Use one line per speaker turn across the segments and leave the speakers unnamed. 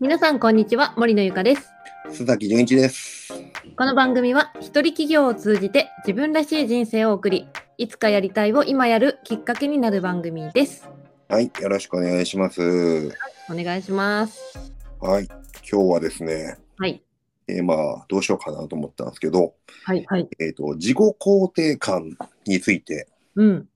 皆さんこんにちは森のゆかです
須崎純一です。
この番組は一人企業を通じて自分らしい人生を送りいつかやりたいを今やるきっかけになる番組です
はい、よろしくお願いします。
お願いします
はい、今日はですね、
はい
えーまあどうしようかなと思ったんですけど、
はいはい
えっ、と自己肯定感について
うん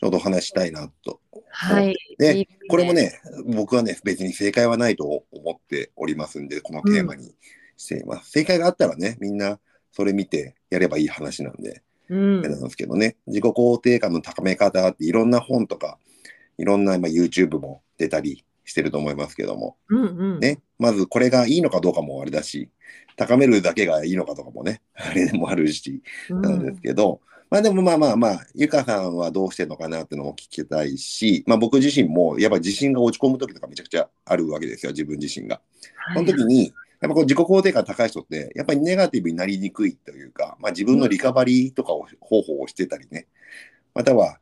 ちょっとお話ししたいなと。
はい
で
いい
これもね、僕はね別に正解はないと思っておりますんで、このテーマにしています。正解があったらね、みんなそれ見てやればいい話なんで、
うん
あれなんですけどね、自己肯定感の高め方っていろんな本とか、いろんな、まあ、YouTube も出たりしてると思いますけども。
うんうん
ね、まずこれがいいのかどうかもあれだし、高めるだけがいいのかとかもね、 あれでもあるし、
うん
なんですけど、まあでもまあまあまあ、ゆかさんはどうしてるのかなってのも聞きたいし、まあ僕自身も、やっぱ自信が落ち込む時とかめちゃくちゃあるわけですよ、自分自身が。その時に、やっぱこう自己肯定感高い人って、やっぱりネガティブになりにくいというか、まあ自分のリカバリーとかを方法をしてたりね、または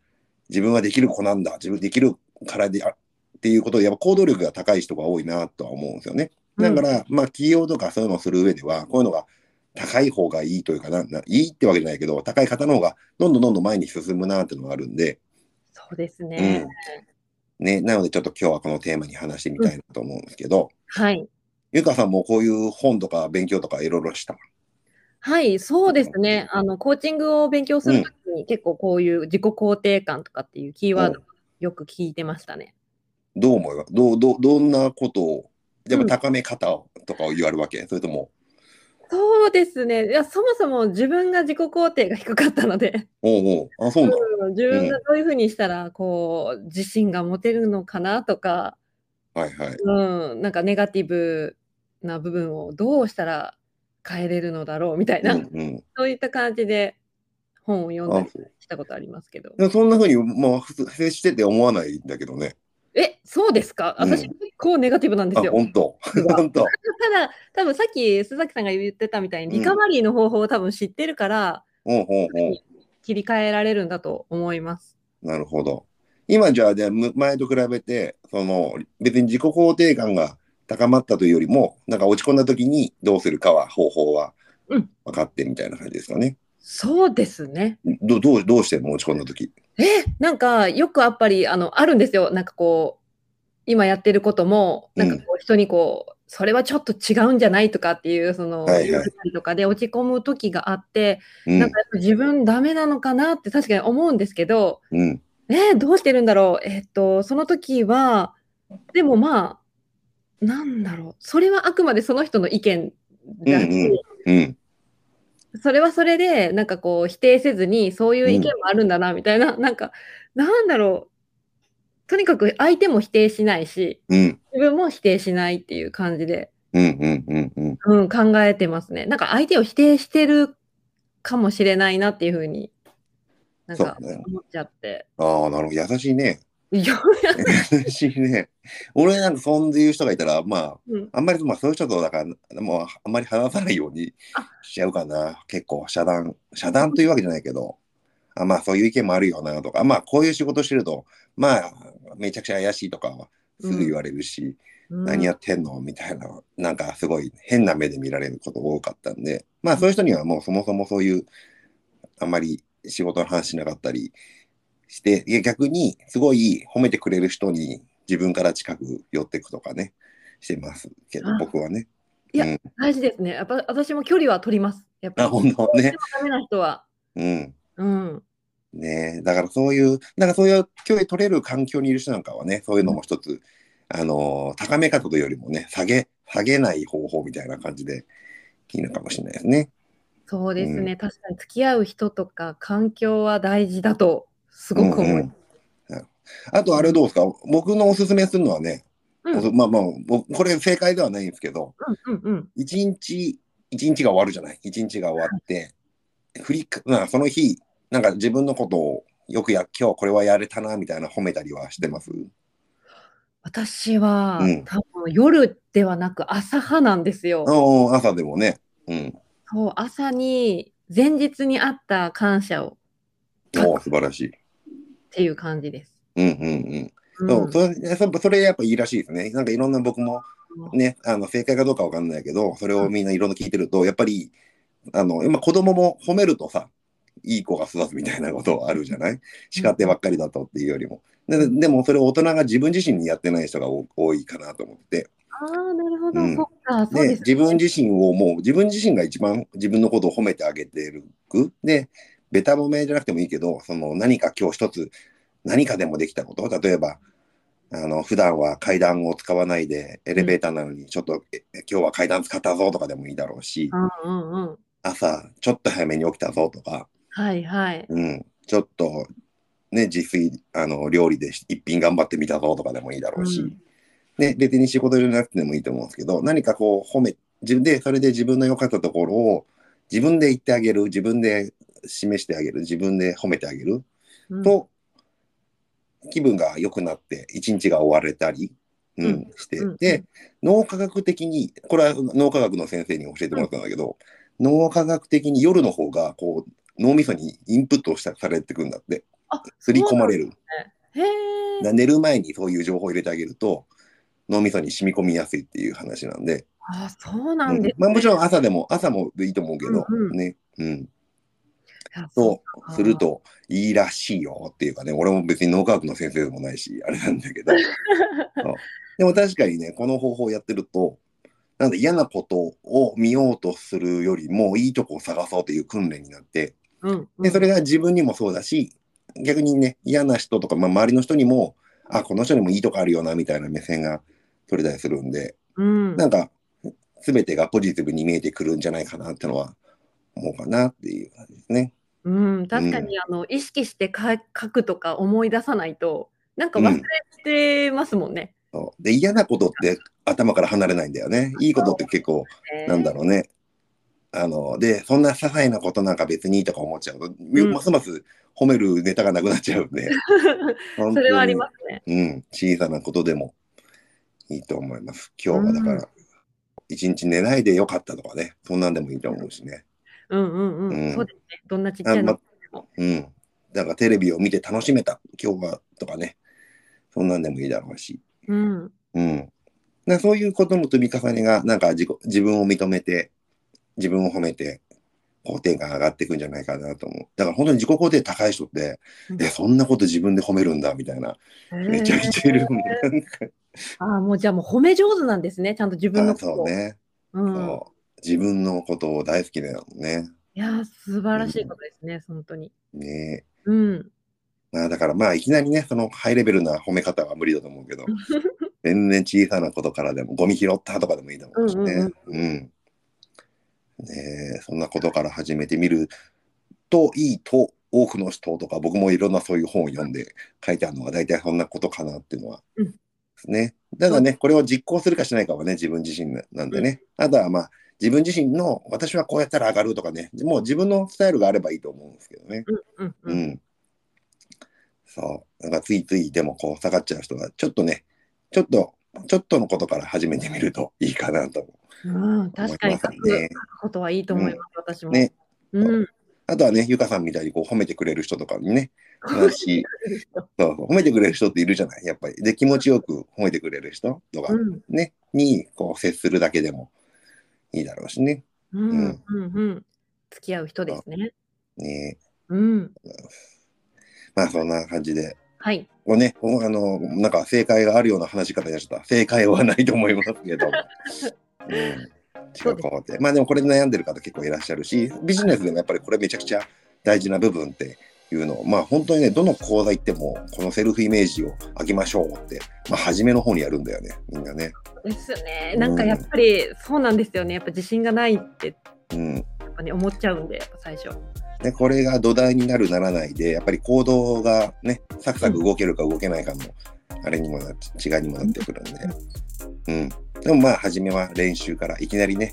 自分はできる子なんだ、自分できるからであっていうことで、やっぱ行動力が高い人が多いなとは思うんですよね。だから、まあ企業とかそういうのをする上では、こういうのが高い方がいいというかな、ないいってわけじゃないけど、高い方の方がどんどんどんどん前に進むなっていうのがあるんで、
そうですね、
ね、なのでちょっと今日はこのテーマに話してみたいなと思うんですけど、
はい
ゆかさんもこういう本とか勉強とかいろいろした。
はい、そうですね。あの、コーチングを勉強するときに、結構こういう自己肯定感とかっていうキーワード、よく聞いてましたね。
どう思いますどうどうどんなことを、でも高め方をとかを言われるわけ、それとも、
そうですね。いや、そもそも自分が自己肯定が低かったので、
おうおう、あ、そうなの、
うん自分がどういうふうにしたら、こう、自信が持てるのかなとか、
はいはい。
うん、なんかネガティブな部分をどうしたら変えれるのだろうみたいな、
うん
そういった感じで本を読
うんん、
だ
あ
りしたことありますけど。
でもそんなふうに、まあ、ふつ接してて思わないんだけどね。
え、そうですか
うん
私、結構ネガティブなんです
あ、
よ。
本当 本
た
当
だ、多分さっき須崎さんが言ってたみたいに、
うん
リカバリーの方法を多分知ってるから、
おうおうおう
切り替えられるんだと思います。
なるほど。今じゃあ、でむ前と比べて、その、別に自己肯定感が高まったというよりも、なんか落ち込んだ時にどうするかは、方法は
うん
分かってみたいな感じですかね。
そうですね。
どどうどうしてんの落ち込んだ時。
え、なんかよくやっぱりあのあるんですよ。なんかこう、今やってることも、なんかこう人にこう、それはちょっと違うんじゃないとかっていう、その、
はいはい
とかで落ち込む時があって、
うん
なんかやっぱ自分ダメなのかなって確かに思うんですけど、
うん
ねえ、どうしてるんだろう。えっと、その時は、でもまあ、なんだろう。それはあくまでその人の意見だし、
うんうん
それはそれで、なんかこう、否定せずに、そういう意見もあるんだな、みたいな、なんか、なんだろう。とにかく相手も否定しないし、
うん
自分も否定しないっていう感じで、
うんうんうんうん
うん、考えてますね。なんか相手を否定してるかもしれないなっていうふうに、なんか
そうね
思っちゃって。
ああなるほど優しいね
いや、
優しいね 俺なんかそんでいう人がいたらまあ
うん
あんまり、まあ、そういう人とだからもうあんまり話さないようにしちゃうかな結構遮断遮断というわけじゃないけどあまあそういう意見もあるよなとかまあこういう仕事してるとまあめちゃくちゃ怪しいとかはすぐ言われるし、
うん
何やってんのみたいな、なんかすごい変な目で見られること多かったんで、まあそういう人にはもうそもそもそういう、あんまり仕事の話しなかったりして、いや逆にすごい褒めてくれる人に自分から近く寄ってくとかね、してますけど
あ、
僕はね。
大事ですね。やっぱ私も距離は取ります。やっぱ
あ、本当ね
で。もダメな人は。
うん。
うん。
ねだからそういう、なんかそういう距離取れる環境にいる人なんかはね、そういうのも一つ、あのー高め方というよりもね、下げ、下げない方法みたいな感じでいいのかもしれないですね。
そうですね。
う
確かに付き合う人とか環境は大事だとすごく思います。
うんうんあとあれどうですか僕のおすすめするのはね、
うん
おすまあまあ僕これ正解ではないんですけど
うんうん
一日一日が終わるじゃない一日が終わって、振りかまあ、その日なんか自分のことをよくや今日これはやれたなみたいな褒めたりはしてます
私は、
うん
多分夜ではなく朝派なんですよ。
うん朝でもね、うん、
そう朝に前日にあった感謝を
おー素晴らしい。
っていう感じです。
うんうんうん
うん
そうそれそれそれやっぱいいらしいですね。なんかいろんな僕もね、あの正解かどうかわかんないけど、それをみんないろいろ聞いてると、やっぱり、あの、今子供も褒めるとさ、いい子が育つみたいなことはあるじゃない叱ってばっかりだとっていうよりも。ででもそれを大人が自分自身にやってない人が多多いかなと思って。
ああ、なるほど、
うん
そっか、そう
で、
です
自
よね。
分自身をもう、自分自身が一番自分のことを褒めてあげてるく。で、ベタ褒めじゃなくてもいいけど、その何か今日一つ、何かでもできたこと、例えば、あの、普段は階段を使わないで、エレベーターなのに、ちょっと、え今日は階段使ったぞとかでもいいだろうし、
うんうんうん。
朝、ちょっと早めに起きたぞとか、
はいはい。
うん、ちょっと、ね、自炊、あの、料理で一品頑張ってみたぞとかでもいいだろうし、
うん
ね、別に仕事じゃなくてもいいと思うんですけど、何かこう褒め、自分で、それで自分の良かったところを自分で言ってあげる、自分で示してあげる、自分で褒めてあげる
うん
と、気分が良くなって、一日が終われたり、うん、
うん
して
うん、
で、脳科学的に、これは脳科学の先生に教えてもらったんだけど、脳科学的に夜の方が、こう、脳みそにインプットしたされてくんだって、
あ、
すり込まれる。
へえ。
寝る前にそういう情報を入れてあげると脳みそに染み込みやすいっていう話なんで、
ああ、そうな
うんん
ですね。
まあ、もちろん朝でも朝もいいと思うけど、
うんうん
ね、うん、
いや
そ
か
うするといいらしいよっていうかね俺も別に脳科学の先生でもないしあれなんだ けどそうでも確かにねこの方法をやってるとなんで嫌なことを見ようとするよりもいいとこを探そうという訓練になって
うんうん
でそれが自分にもそうだし逆にね嫌な人とか、まあ、周りの人にもあこの人にもいいとこあるよなみたいな目線が取れたりするんで
うん
なんか全てがポジティブに見えてくるんじゃないかなってのは思うかなっていう感じですね。
うん、確かにあの意識してか書くとか思い出さないとなんか忘れてますもんね。
そうで嫌なことって頭から離れないんだよね。いいことって結構なんだろうね。あのでそんな些細なことなんか別にいいとか思っちゃうと、
ん
ますます褒めるネタがなくなっちゃうんで
それはありますね。
うん、小さなことでもいいと思います。今日はだか
うん
ら、一日寝ないでよかったとかね、そんなんでもいいと思うしね。
うんうんうん、
うん
そうですね。どんなちっちゃい
あ
の
ま、うん。だからテレビを見て楽しめた、今日はとかね、そんなんでもいいだろうし。
うん、
うん。だからそういうことの積み重ねが、なんか自己自分を認めて、自分を褒めて、肯定感上がっていくんじゃないかなと思う。だから本当に自己肯定高い人って、
うん
え、そんなこと自分で褒めるんだ、みたいな。めちゃめちゃいるんだ。なんか
ああもうじゃあもう褒め上手なんですね。ちゃんと自分の
あ
こと
そう
を。
ね。
うん、い
そう自分のことを大好きだよね。
やー素晴らしいことですね、本当に。
ね
うん、
まあだからまあいきなりねそのハイレベルな褒め方は無理だと思う けど全然小さなことからでもゴミ拾ったとかでもいいと思うしね。うんねえそんなことから始めてみるといいと多くの人とか僕もいろんなそういう本を読んで書いてあるのは大体そんなことかなっていうのは。
うん
ですね。ただねこれを実行するかしないかはね自分自身なんでね。あとはまあ自分自身の私はこうやったら上がるとかねもう自分のスタイルがあればいいと思うんですけどね。
うん、う、
うんん。そう。なんかついついでもこう下がっちゃう人が、ちょっとね、ちょっと、ちょっとのことから始めてみるといいかなと
うん、
思い
確かに
ま
書
す
く
ね。
ことはいいと思います、私も。
ね。
うん、
あとはね、ゆかさんみたいにこう褒めてくれる人とかに ね、私、そうそう褒めてくれる人っているじゃない、やっぱり。で、気持ちよく褒めてくれる人とか
うん、
ね、にこう接するだけでもいいだろうしね。
うん、
う
うんん、うん、付き合う人ですね。
ね
うん、
まあそんな感じで。
はい。
こうね、こうあの、なんか正解があるような話し方になっちゃった。正解はないと思いますけど。うん。自己肯定。まあでもこれで悩んでる方結構いらっしゃるし、ビジネスでもやっぱりこれめちゃくちゃ大事な部分っていうのを、まあ本当にね、どの講座行っても、このセルフイメージを上げましょうって、まあ初めの方にやるんだよね、みんなね。
ですよね。
うん
なんかやっぱりそうなんですよね。やっぱ自信がないって
うん。
やっぱね思っちゃうんで、やっぱ最初。
で、これが土台になるならないで、やっぱり行動がね、サクサク動けるか動けないかの、あれにもなっ違いにもなってくるんで。うん。でもまあ、初めは練習から、いきなりね、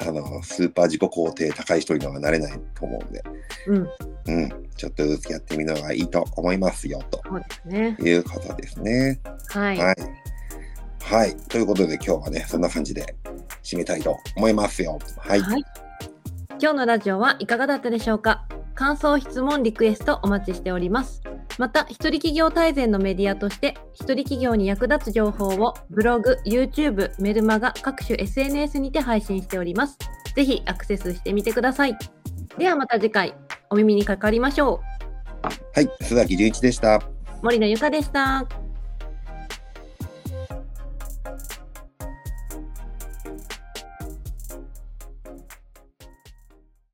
あの、スーパー自己肯定高い人にはなれないと思うんで、
うん、
うん。ちょっとずつやってみるのがいいと思いますよ、と
そうですね。
いうことですね。
はい。
はい。はい。ということで今日はね、そんな感じで締めたいと思いますよ。はい。
はい今日のラジオはいかがだったでしょうか。感想、質問、リクエストお待ちしております。また、一人企業大全のメディアとして、一人企業に役立つ情報をブログ、YouTube、メルマガ、各種 SNS にて配信しております。ぜひアクセスしてみてください。ではまた次回、お耳にかかりましょ
はい、須崎純一でした。
う。森野ゆかでした。